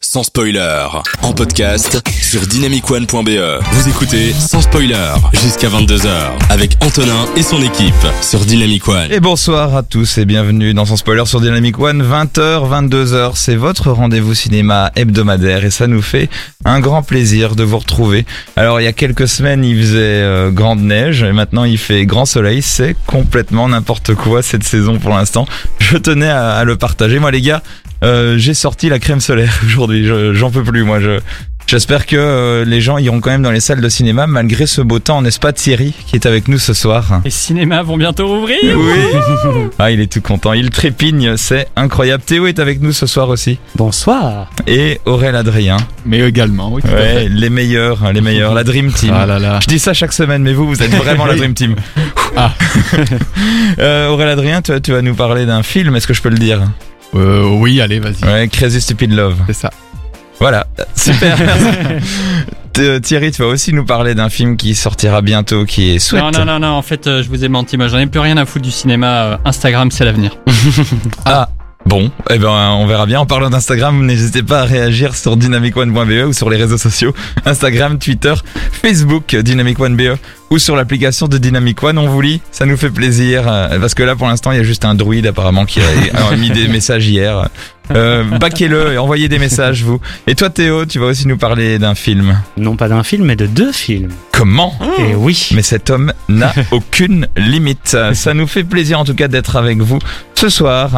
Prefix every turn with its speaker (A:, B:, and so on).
A: sans spoiler. En podcast sur dynamicone.be. E. Vous écoutez sans spoiler jusqu'à 22h avec Antonin et son équipe sur Dynamic One.
B: Et bonsoir à tous et bienvenue dans son spoiler sur Dynamic One, 20h, 22h, c'est votre rendez-vous cinéma hebdomadaire et ça nous fait un grand plaisir de vous retrouver. Alors il y a quelques semaines il faisait euh, grande neige et maintenant il fait grand soleil, c'est complètement n'importe quoi cette saison pour l'instant. Je tenais à, à le partager. Moi les gars, euh, j'ai sorti la crème solaire aujourd'hui, Je- j'en peux plus moi, je... J'espère que euh, les gens iront quand même dans les salles de cinéma malgré ce beau temps, n'est-ce pas Thierry qui est avec nous ce soir
C: Les cinémas vont bientôt rouvrir
B: oui. Ah, il est tout content. Il trépigne, c'est incroyable. Théo est avec nous ce soir aussi.
C: Bonsoir
B: Et Aurel Adrien.
D: Mais également, oui. tout à fait.
B: Ouais, les meilleurs, hein, les meilleurs. La Dream Team.
D: Ah là là.
B: Je dis ça chaque semaine, mais vous, vous êtes vraiment la Dream Team.
D: Ah.
B: Euh, Aurel Adrien, tu, tu vas nous parler d'un film, est-ce que je peux le dire
D: Euh, oui, allez, vas-y.
B: Ouais, Crazy Stupid Love.
D: C'est ça.
B: Voilà, super. Th- Thierry, tu vas aussi nous parler d'un film qui sortira bientôt, qui est Sweat.
C: Non, non, non, non, en fait, euh, je vous ai menti, moi j'en ai plus rien à foutre du cinéma, euh, Instagram c'est l'avenir.
B: Ah Bon, eh ben, on verra bien. En parlant d'Instagram, n'hésitez pas à réagir sur dynamicone.be E ou sur les réseaux sociaux Instagram, Twitter, Facebook, dynamicone.be E ou sur l'application de Dynamic One. On vous lit, ça nous fait plaisir euh, parce que là, pour l'instant, il y a juste un druide apparemment qui a, a mis des messages hier. Euh, baquez-le et envoyez des messages vous. Et toi, Théo, tu vas aussi nous parler d'un film.
E: Non pas d'un film, mais de deux films.
B: Comment
E: Et oui.
B: mais cet homme n'a aucune limite. Ça nous fait plaisir en tout cas d'être avec vous ce soir